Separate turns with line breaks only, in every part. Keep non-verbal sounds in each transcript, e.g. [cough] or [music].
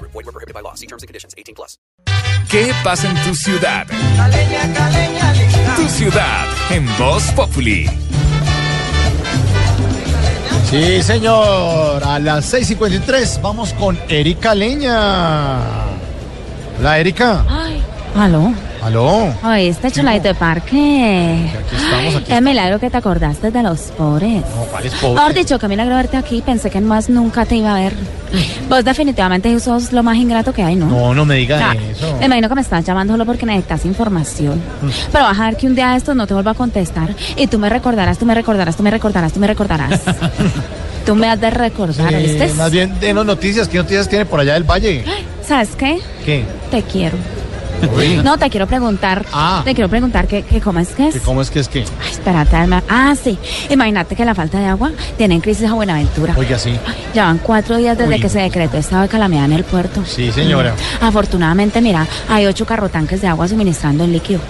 Void were prohibited by law. See terms and conditions. 18 plus.
¿Qué pasa en tu ciudad?
Caleña, caleña, lista.
Tu ciudad en Voz Populi.
Sí, señor. A las 6:53 vamos con Erika Leña. Hola, Erika.
Ay, aló.
Aló.
Ay, este chuladito de parque.
Aquí estamos, aquí
Qué
estamos.
milagro que te acordaste de los pobres.
No, ¿cuál es pobre?
Ahora dicho, qué milagro verte aquí. Pensé que más nunca te iba a ver. Vos definitivamente sos lo más ingrato que hay, ¿no?
No, no me diga
Ah,
eso.
Me imagino que me estás llamando solo porque necesitas información. Pero vas a ver que un día de estos no te vuelva a contestar. Y tú me recordarás, tú me recordarás, tú me recordarás, tú
[laughs]
me recordarás. tú me has de recordar,
Eh,
¿viste?
más bien, denos noticias. ¿Qué noticias tiene por allá del Valle?
¿Sabes qué?
¿Qué?
Te quiero.
Uy,
No, te quiero preguntar.
Ah.
Te quiero preguntar que, que cómo es que es.
¿que ¿Cómo es que es que?
Ay, espérate, alma. Ah, sí. Imagínate que la falta de agua tiene en crisis a Buenaventura.
Oiga, sí.
Ay, Ya van cuatro días desde
Uy.
que se decretó estado de calamidad en el puerto.
Sí, señora.
Mm. Afortunadamente, mira, hay ocho carrotanques de agua suministrando el líquido.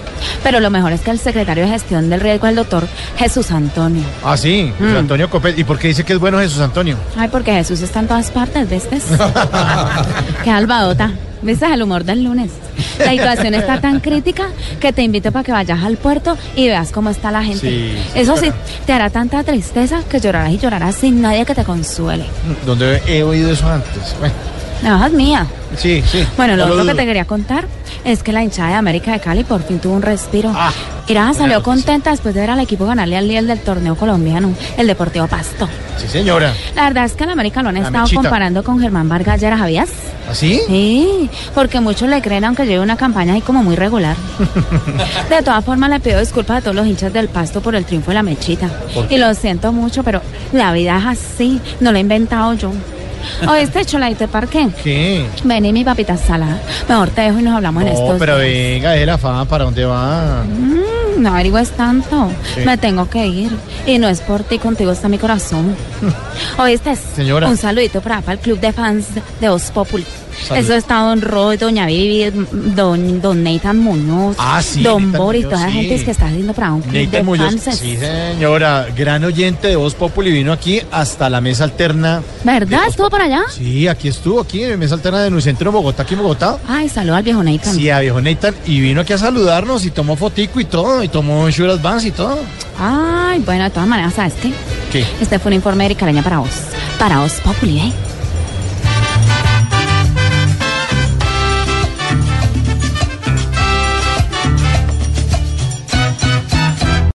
Pero lo mejor es que el secretario de gestión del riesgo, el doctor Jesús Antonio.
Ah, sí. Jesús
Mm.
Antonio Copet. ¿Y por qué dice que es bueno Jesús Antonio? [laughs]
Ay, porque Jesús está en todas partes, ¿viste? Qué albadota. ¿Viste el humor del lunes? La situación está tan crítica que te invito para que vayas al puerto y veas cómo está la gente.
Sí, sí,
Eso sí,
pero-
te hará tanta tristeza que llorarás y llorarás sin nadie que te consuele.
¿Dónde he oído eso antes? Bueno,
No, es mía.
sí, sí.
Bueno, lo
No
otro que
dudo.
te quería contar es que la hinchada de América de Cali por fin tuvo un respiro.
Ah,
Mirá, salió
noticia.
contenta después de ver al equipo ganarle al líder del torneo colombiano, el Deportivo Pasto.
Sí, señora.
La verdad es que al América lo han
La
estado
mechita.
comparando con Germán Vargas Lleras, ¿sabías?
¿Así?
Sí, porque muchos le creen aunque lleve una campaña ahí como
[laughs]
muy regular. De todas formas le pido disculpas a todos los hinchas del Pasto por el triunfo de la mechita.
¿Por qué?
Y lo siento mucho, pero la vida es así, no la he inventado
[laughs]
yo. Oíste, Cholaite Parque,
¿Qué?
vení mi papita salada. Mejor te dejo y nos hablamos en
No,
estos
Oh, pero
días.
venga, de la fama, ¿para dónde va?
Mm, No averigües tanto,
Sí.
me tengo que ir. Y no es por ti, contigo está mi
[laughs]
corazón. Oíste,
Señora.
un saludito para, para el club de fans de Os Populi.
Salud.
Eso está Don Roy, Doña Vivi, Don, don Nathan Muñoz,
Ah, sí,
Don
Nathan
Boris,
Muñoz,
toda la
sí.
gente que está haciendo para un club
Neita
de
Muñoz,
fans.
sí señora, gran oyente de Voz Populi, vino aquí hasta la mesa alterna.
¿Verdad?
de Voz
¿Estuvo por allá?
Sí, aquí estuvo, aquí en la mesa alterna de Nucentro de Bogotá, aquí en Bogotá.
Ay, saludos al viejo Nathan.
Sí, a viejo Nathan, y vino aquí a saludarnos y tomó fotico y todo, y tomó Sure Advance y todo.
Ay, bueno, de todas maneras, ¿sabes qué?
¿Qué?
Este fue un informe de Erika Leña para vos, para Os Populi, ¿eh?